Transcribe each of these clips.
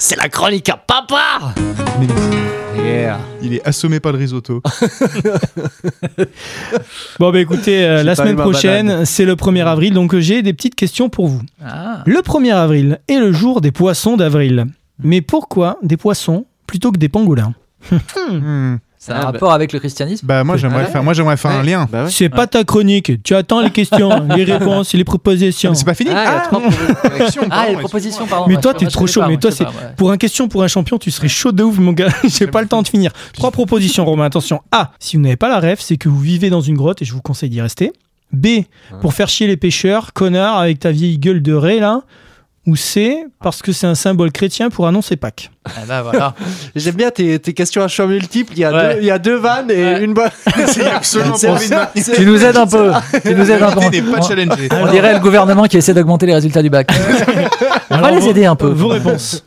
C'est la chronique à papa Mais il est assommé par le risotto. Bon, bah écoutez, euh, J'ai la pas eu semaine ma prochaine, c'est le 1er avril, donc euh, j'ai des petites questions pour vous. Ah. Le 1er avril est le jour des poissons d'avril. Mais pourquoi des poissons plutôt que des pangolins Hmm. Ça a un Ah, bah. rapport avec le christianisme Bah moi j'aimerais Ouais. faire, moi j'aimerais faire un lien. Bah ouais. C'est pas ta chronique, tu attends les questions, les réponses, les propositions. Mais c'est pas fini. Ah, il y a Ah, trois non. Action, Ah, les pardon, propositions, pardon. Mais ouais, toi, je- t'es je trop sais chaud, pas, mais moi, toi, je sais pas, ouais. Pour un question pour un champion, tu serais chaud de ouf, mon gars. J'ai pas le temps de finir. Trois propositions, Romain, attention. A. Si vous n'avez pas la ref, c'est que vous vivez dans une grotte et je vous conseille d'y rester. B. Pour faire chier les pêcheurs, connard, avec ta vieille gueule de raie, là. Ou C. Parce que c'est un symbole chrétien pour annoncer Pâques. Ah, bah voilà. J'aime bien tes, tes questions à choix multiples. Il y a, Ouais. deux, il y a deux vannes et Ouais. une bonne. C'est absolument C'est pas envie de ça. maintenir. tu nous aides un peu. Tu nous aides un peu. L'idée n'est pas challengée. On dirait le gouvernement qui essaie d'augmenter les résultats du bac. On va Alors, les aider un peu. Vos réponses.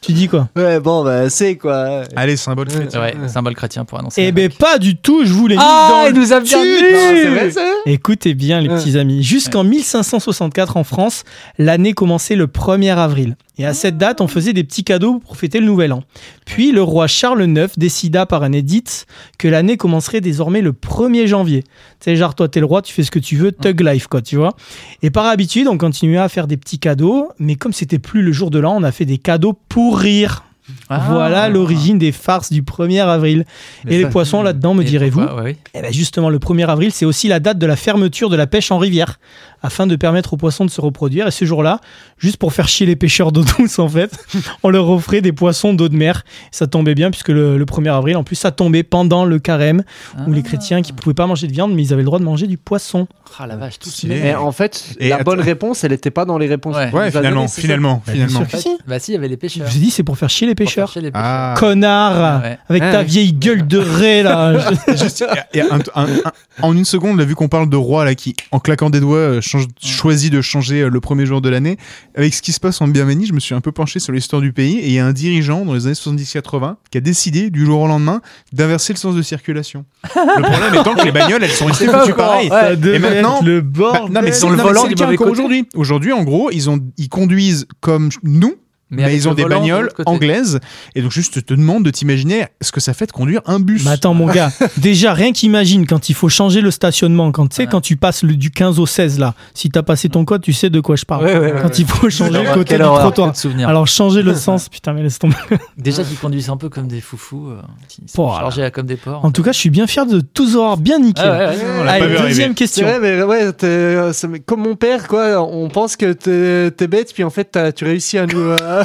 tu dis quoi Ouais, bon, bah, c'est quoi. Allez, symbole chrétien. Ouais, symbole chrétien pour annoncer. Eh le ben, bac. pas du tout, je vous l'ai mis Ah, dans il le nous a bien tut. C'est vu vrai, ça Écoutez bien les Ouais. petits amis, jusqu'en 1564 en France, l'année commençait le 1er avril. Et à cette date, on faisait des petits cadeaux pour fêter le nouvel an. Puis le roi Charles IX décida par un édite que l'année commencerait désormais le 1er janvier. Tu sais, genre toi t'es le roi, tu fais ce que tu veux, thug life quoi, tu vois. Et par habitude, on continuait à faire des petits cadeaux, mais comme c'était plus le jour de l'an, on a fait des cadeaux pour rire. Ah. voilà l'origine des farces du 1er avril. Mais et ça- les poissons là-dedans, me Et direz-vous pourquoi Ouais, oui. eh ben justement, le 1er avril, c'est aussi la date de la fermeture de la pêche en rivière, afin de permettre aux poissons de se reproduire. Et ce jour-là, juste pour faire chier les pêcheurs d'eau douce, en fait, on leur offrait des poissons d'eau de mer. Ça tombait bien, puisque le, le 1er avril, en plus, ça tombait pendant le carême, où les chrétiens qui pouvaient pas manger de viande, mais ils avaient le droit de manger du poisson. Ah la vache, tout Stylé. Mais en fait, Et la attends. bonne réponse, elle n'était pas dans les réponses. Ouais. qu'on Ouais, nous a finalement, données, c'est ça finalement, finalement. sûr que si. Bah si, il y avait les pêcheurs. Je vous ai dit, c'est pour faire chier les Pour pêcheurs. chercher les pêcheurs. Ah. Connard Ouais. Avec ta Ouais. vieille gueule de raie, là Je- Juste, et- et un- un- un- en une seconde, là, vu qu'on parle de roi là, qui, en claquant des doigts, euh, change- choisit de changer euh, le premier jour de l'année, avec ce qui se passe en Birmanie, je me suis un peu penché sur l'histoire du pays et il y a un dirigeant dans les années 70-80 qui a décidé, du jour au lendemain, d'inverser le sens de circulation. Le problème étant que les bagnoles, elles sont restées pas foutues encore, pareil. ouais. Ça devait maintenant- être le Bah, bordel non, mais c'est le non, mais volant c'est du cas mauvais encore côté. aujourd'hui. Aujourd'hui, en gros, ils, ont, ils conduisent comme nous, mais, avec ils ont le des volant de bagnoles l'autre côté. anglaises. Et donc, juste, je te demande de t'imaginer ce que ça fait de conduire un bus. Mais attends, mon gars, déjà rien qu'imagine quand il faut changer le stationnement, quand tu sais, Ouais. quand tu passes le, du 15 au 16 là, si t'as passé ton code, tu sais de quoi je parle. Ouais, ouais, ouais. quand il faut changer le côté Quelle du horreur, trottoir. que de souvenirs. Alors changer le sens, putain, mais laisse tomber. Déjà qu'ils conduisent un peu comme des foufous, euh, ils sont Voilà. chargés à comme des porcs. En tout cas, je suis bien fier de tous avoir bien niqué. Ah ouais, ouais, l'a ouais. pas Allez, vu deuxième arriver. C'est question. vrai, mais ouais, t'es, euh, ça me- comme mon père, quoi. On pense que t'es- t'es bête, puis en fait, t'as- tu réussis à nous. euh,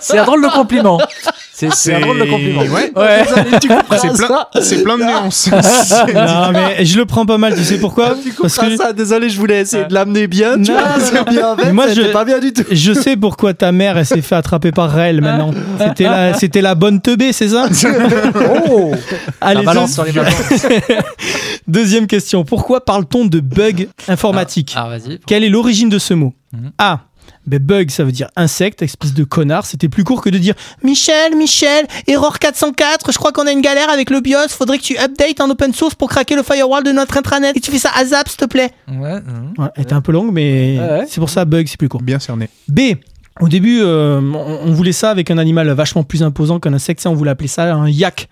c'est un drôle de compliment. C'est c'est un drôle de compliment. Ouais. Ouais. Désolé, tu comprends C'est plein, ça. c'est plein de nuances. Non, mais je le prends pas mal, tu sais Ah, pourquoi Tu Parce comprends que ça. Désolé, je voulais essayer de l'amener bien. Tu Non. vois, c'est bien. En fait, Mais moi, c'était je- pas bien du tout. je sais pourquoi ta mère, elle s'est fait attraper par Raël maintenant. Ah. C'était la, c'était la bonne teubée, c'est ça Oh La Allez, balance hein. deux- sur les balances. deuxième question. Pourquoi parle-t-on de bug informatique Ah vas-y. Quelle est l'origine de ce mot Mhm. A. Ben, bug, ça veut dire insecte, espèce de connard. C'était plus court que de dire Michel, Michel, erreur 404, je crois qu'on a une galère avec le BIOS, faudrait que tu updates en open source pour craquer le firewall de notre intranet. Et tu fais ça à zap, s'il te plaît. Ouais, hum. Ouais, elle était un peu longue, mais Ouais, ouais. c'est pour ça bug, c'est plus court. Bien cerné. Ah, B. Au début, euh, on, on voulait ça avec un animal vachement plus imposant qu'un insecte. Ça, on voulait appeler ça un yak.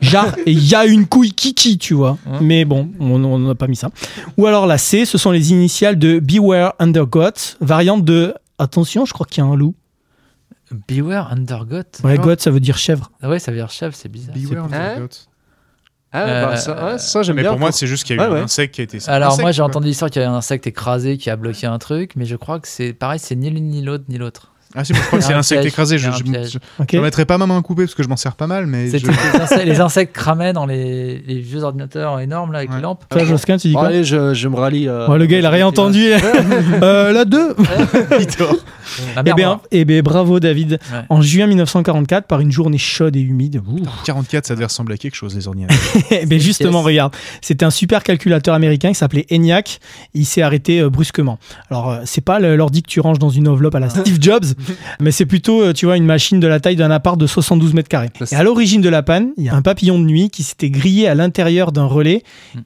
Genre, et il y a une couille kiki, tu vois. Ouais. Mais bon, on n'a pas mis ça. Ou alors la C, ce sont les initiales de Beware Undergot, variante de. Attention, je crois qu'il y a un loup. Beware Undergot. Ouais, goth, ça veut dire chèvre. Ah ouais, ça veut dire chef, c'est bizarre. on the Ah, ouais, bah, ça, ouais, ça, j'aime Mais bien. pour moi, c'est juste qu'il y a eu Ouais, un ouais. insecte qui a été. Alors moi j'ai Insecte, entendu l'histoire qu'il y avait un insecte écrasé qui a bloqué un truc, mais je crois que c'est pareil, c'est ni l'une ni l'autre ni l'autre. quoi. Ah, c'est pour je crois que Il y c'est a un l'insecte piège, écrasé. il y Je, a un je, piège. je- Ok. je mettrai pas ma main à couper parce que je m'en sers pas mal, mais. C'était je- les, insectes- les insectes cramaient dans les, les vieux ordinateurs énormes là avec Ouais. les lampes. Toi, Josquin, tu dis Bon, Oh, quoi allez, je, je me rallie. euh, Ouais, Le gars, il a rien entendu. Euh, la 2 Ma Eh mère, bien, eh bien, bravo, David. Ah, Ouais. En juin 1944, par une journée chaude et humide, ouh, 44, ça devait ressembler à quelque chose, les ordinateurs. Mais justement, Yes. regarde, c'était un super calculateur américain qui s'appelait ENIAC. Il s'est arrêté euh, brusquement. Alors, euh, c'est pas le- l'ordi que tu ranges dans une enveloppe à la Steve Jobs, Mais c'est plutôt, euh, tu vois, une machine de la taille d'un appart de 72 mètres carrés. Parce- Et à l'origine de la panne, il y a un papillon de nuit qui s'était grillé à l'intérieur d'un relais.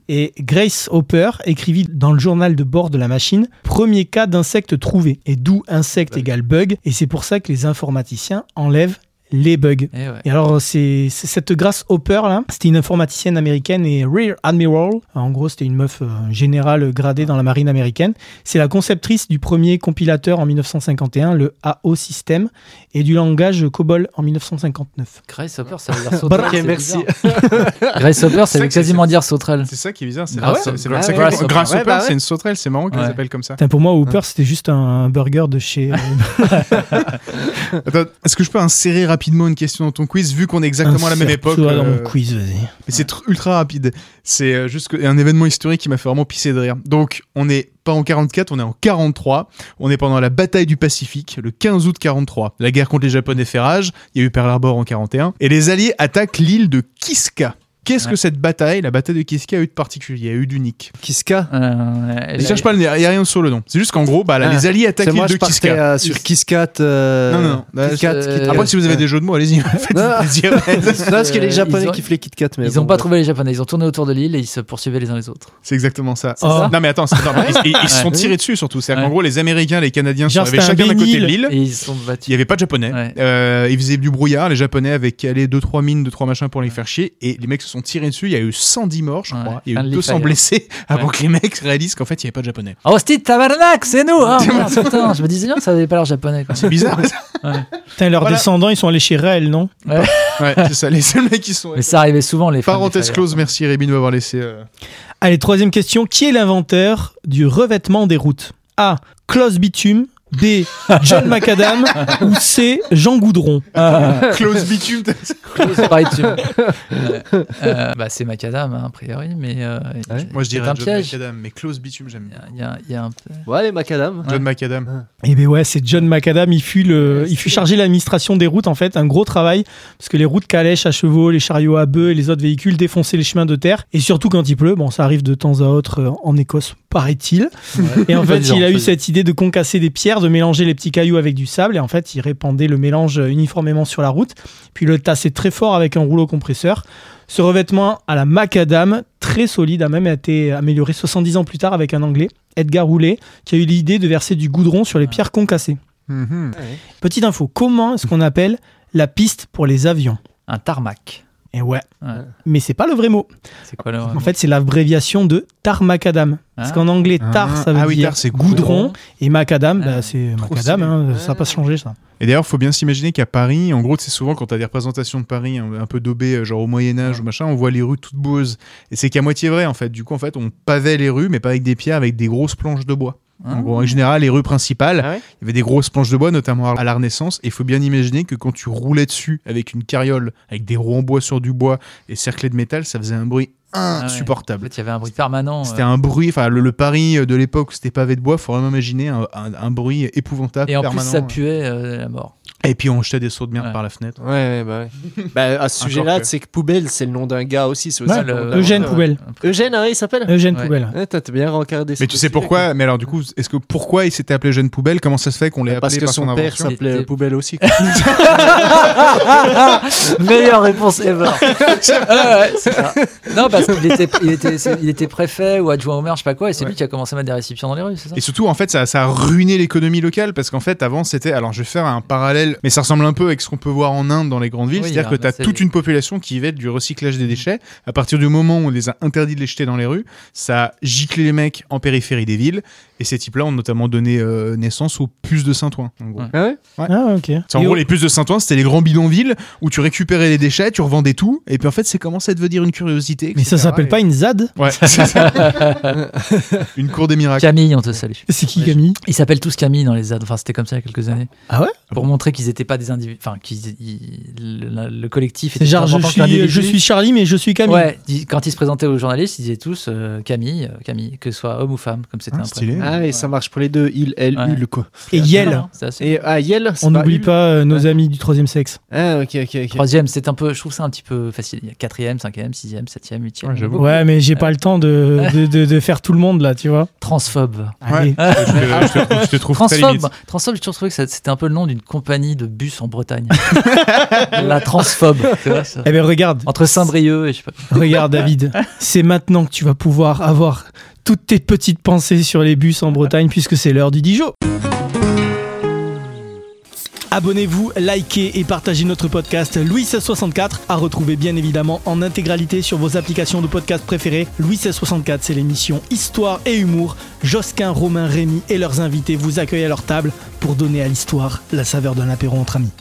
Et Grace Hopper écrivit dans le journal de bord de la machine Premier cas d'insecte trouvé. Et d'où insecte égale bug. Et c'est pour ça que les informaticiens enlèvent les bugs. Eh ouais. Et alors, c'est c'est cette Grace Hopper, là, c'était une informaticienne américaine et Rear Admiral. En gros, c'était une meuf euh, générale gradée dans la marine américaine. C'est la conceptrice du premier compilateur en 1951, le AO System, et du langage COBOL en 1959. Grace Hopper, ça veut dire Ok, sauterelle. c'est merci. bizarre. Grace Hopper, ça C'est veut que c'est- quasiment dire sauterelle. C'est ça qui est bizarre. C'est Ah ouais c'est- c'est- Ah c'est- ouais, grasshopper, grasshopper. Ouais, bah c'est une sauterelle. C'est marrant qu'elle Ouais. s'appelle comme ça. Putain, pour moi, Ah. Hopper, c'était juste un burger de chez euh, Attends, est-ce que je peux insérer rapidement une question dans ton quiz vu qu'on est exactement à la même Insert, époque tu vois, dans mon euh, quiz, vas-y. Mais c'est tr- ultra rapide. C'est euh, juste que- un événement historique qui m'a fait vraiment pisser de rire. Donc, on n'est pas en 44, on est en 43. On est pendant la bataille du Pacifique, le 15 août 43. La guerre contre les Japonais fait rage. Il y a eu Pearl Harbor en 41. Et les Alliés attaquent l'île de Kiska. Qu'est-ce que Ouais. cette bataille, la bataille de Kiska, a eu de particulier, a eu d'unique Kiska. Euh, elle- Je cherche pas, il n'y a il y a rien sur le nom. C'est juste qu'en gros, bah, là, Ah. les Alliés attaquent C'est moi, l'île je de partais Kiska. euh, sur Kiskat. euh, Non, non, non. Là, Kiskat, je- Kit Kat. Après, si vous avez des jeux de mots, allez-y. Faites Non. plaisir. Non, parce qu'il y a les Ils Japonais ont- qui font les Kit Kat, mais Ils bon, n'ont pas bref. trouvé les Japonais, ils ont tourné autour de l'île et ils se poursuivaient les uns les autres. C'est exactement ça. C'est ça Non mais attends, c'est- attends, ils, ils- ils se sont Ouais. tirés dessus surtout. C'est-à-dire qu'en Ouais. gros, les Américains, les Canadiens Genre, sont arrivés c'était un chacun d'un côté de bénil. l'île. Et ils se sont Il n'y battus. avait pas de Japonais. Ouais. Euh, ils faisaient du brouillard. Les Japonais avaient calé 2-3 mines, 2-3 machins pour les faire chier. Et les mecs se sont tirés dessus. Il y a eu 110 morts, je Ouais. crois. Il y a eu Friendly 200 fire. blessés avant que les mecs réalisent qu'en fait, il n'y avait pas de Japonais. Oh, Steve Tabarnak, c'est nous hein Merde, putain, Je me disais bien que ça avait pas l'air japonais. quoi. C'est bizarre. Putain, leurs Voilà. descendants, ils sont allés chez Raël, non ouais, c'est ça. Les seuls mecs qui sont. Mais ça arrivait souvent, les Parenthèse Friendly Fire. close, merci Rémi de m'avoir laissé. euh, Allez, troisième question. Qui est l'inventeur du revêtement des routes A. Klaus Bitume. B. John McAdam. ou C. Jean Goudron. Ah, Close bitume. close, pareil, tu- Ouais. Euh, bah, c'est Macadam, hein, a priori, mais. euh, Ouais. il- Moi, je c'est dirais un John piège. Macadam, mais close bitume, j'aime bien. Il y a- il y a un peu. Ouais, les Macadam. John Macadam. Eh ben ouais, c'est John McAdam. Il fut, le, il fut chargé de l'administration des routes, en fait. Un gros travail. Parce que les routes calèches à chevaux, les chariots à bœufs et les autres véhicules défonçaient les chemins de terre. Et surtout quand il pleut. Bon, ça arrive de temps à autre euh, en Écosse, paraît-il. Et en Pas fait, disant, il a pas eu disant. cette idée de concasser des pierres, de mélanger les petits cailloux avec du sable. Et en fait, il répandait le mélange euh, uniformément sur la route. Puis le tassait très fort avec un rouleau compresseur. Ce revêtement à la macadam, très solide, a même été amélioré 70 ans plus tard avec un Anglais, Edgar Houlet, qui a eu l'idée de verser du goudron sur les pierres concassées. Mm-hmm. Mhm. Ah Petite info, comment est-ce qu'on appelle la piste pour les avions Un tarmac. Eh ouais. Ouais. Mais c'est pas le vrai mot. C'est quoi le. hein En fait, c'est l'abréviation de tarmacadam. Parce qu'en anglais, tar, ça veut Ah oui, dire tar, c'est goudron. Et macadam, Ah, bah, c'est macadam, stylé. hein, ça n'a pas changé ça. Et d'ailleurs, faut bien s'imaginer qu'à Paris, en gros, c'est souvent quand t'as des représentations de Paris un, un peu daubées, euh, genre au Moyen Âge ou machin, on voit les rues toutes boueuses. Et c'est qu'à moitié vrai, en fait. Du coup, en fait, on pavait les rues, mais pas avec des pierres, avec des grosses planches de bois. En Ah. gros, en général, les rues principales, Ah ouais il y avait des grosses planches de bois, notamment à la Renaissance. Et il faut bien imaginer que quand tu roulais dessus avec une carriole, avec des roues en bois sur du bois et cerclés de métal, ça faisait un bruit Ah ouais. En insupportable. fait, il y avait un bruit permanent. C'était euh, un bruit, enfin le, le Paris euh, de l'époque, où c'était pavé de bois, faut vraiment imaginer un, un- un bruit épouvantable, euh, Et en plus, permanent. ça puait euh, la mort. Et puis on jetait des sauts de merde Ouais. par la fenêtre. Ouais, ouais, bah ouais. bah, à ce Encore sujet-là, que. c'est que Poubelle, c'est le nom d'un gars aussi. c'est aussi Ouais, le nom le- d'un Eugène auteur. Poubelle. Eugène, ah Bah, ouais, il s'appelle Eugène Ouais. Poubelle. Ouais, T'as t'as bien rencardé. Mais sur tu le sais sujet, pourquoi quoi. Mais alors du coup, est-ce que pourquoi il s'était appelé Jeune Poubelle Comment ça se fait qu'on l'ait appelé Bah, Parce que par son père invention s'appelait C'était- Poubelle aussi. Meilleure réponse ever. Ah, Ouais, ouais, c'est ça. Non, parce qu'il était, il était, il était préfet ou adjoint au maire, je sais pas quoi, et c'est Ouais. lui qui a commencé à mettre des récipients dans les rues, c'est ça Et surtout, en fait, ça, ça a ruiné l'économie locale parce qu'en fait, avant, c'était. Alors, je vais faire un parallèle, mais ça ressemble un peu avec ce qu'on peut voir en Inde dans les grandes villes. Oui, C'est-à-dire ah, que bah, t'as c'est- Mmh. toute une population qui vivait du recyclage des déchets. À partir du moment où on les a interdits de les jeter dans les rues, ça a giclé les mecs en périphérie des villes. Et ces types-là ont notamment donné euh, naissance aux puces de Saint-Ouen. en gros. Ouais. Ah ouais Ah, ok. C'est en Et gros, au- les puces de Saint-Ouen, c'était les grands bidonvilles où tu récupérais les déchets, tu revendais tout. Et puis en fait, c'est commencé à devenir une curiosité. Mais ça etc. s'appelle Et- pas une ZAD Ouais, c'est ça. Une cour des miracles. Camille, on te salue. C'est qui, Camille Ils s'appellent tous Camille dans les ZAD, enfin c'était comme ça il y a quelques années. Ah ouais Pour montrer qu'ils qu'ils étaient pas des individus, enfin, qu'ils, ils- le, le collectif C'est était genre, plus je important que suis, l'individu. je suis Charlie, mais je suis Camille. Ouais, ils- quand ils se présentaient aux journalistes, ils disaient tous euh, Camille, euh, Camille, que ce soit homme ou femme, comme c'était Ah, un stylé. prénom. Ah, et Ouais. ça marche pour les deux. Il, elle, Ouais. il, quoi. Et Yel. C'est assez- Et ah, Yel, c'est On pas n'oublie il pas euh, nos Ouais. amis du troisième sexe. Ah, ok, ok, ok. Troisième, c'est un peu, je trouve ça un petit peu facile. Il y a quatrième, cinquième, sixième, septième, huitième. Ouais, j'avoue. Ouais, mais j'ai pas le temps de, de, de- de faire tout le monde là, tu vois. Transphobe. Allez. Je te- je te trouve- je te trouve très limite. Transphobe. Transphobe, j'ai toujours trouvé que ça- c'était un peu le nom d'une compagnie de bus en Bretagne. La transphobe. tu vois, ça. Eh ben regarde, Entre Saint-Brieuc et je sais pas. regarde David, c'est maintenant que tu vas pouvoir avoir toutes tes petites pensées sur les bus en Bretagne puisque c'est l'heure du Dijon. Abonnez-vous, likez et partagez notre podcast Louis 1664 à retrouver bien évidemment en intégralité sur vos applications de podcast préférées. Louis 1664, c'est l'émission Histoire et Humour. Josquin, Romain, Rémy et leurs invités vous accueillent à leur table pour donner à l'histoire la saveur d'un apéro entre amis.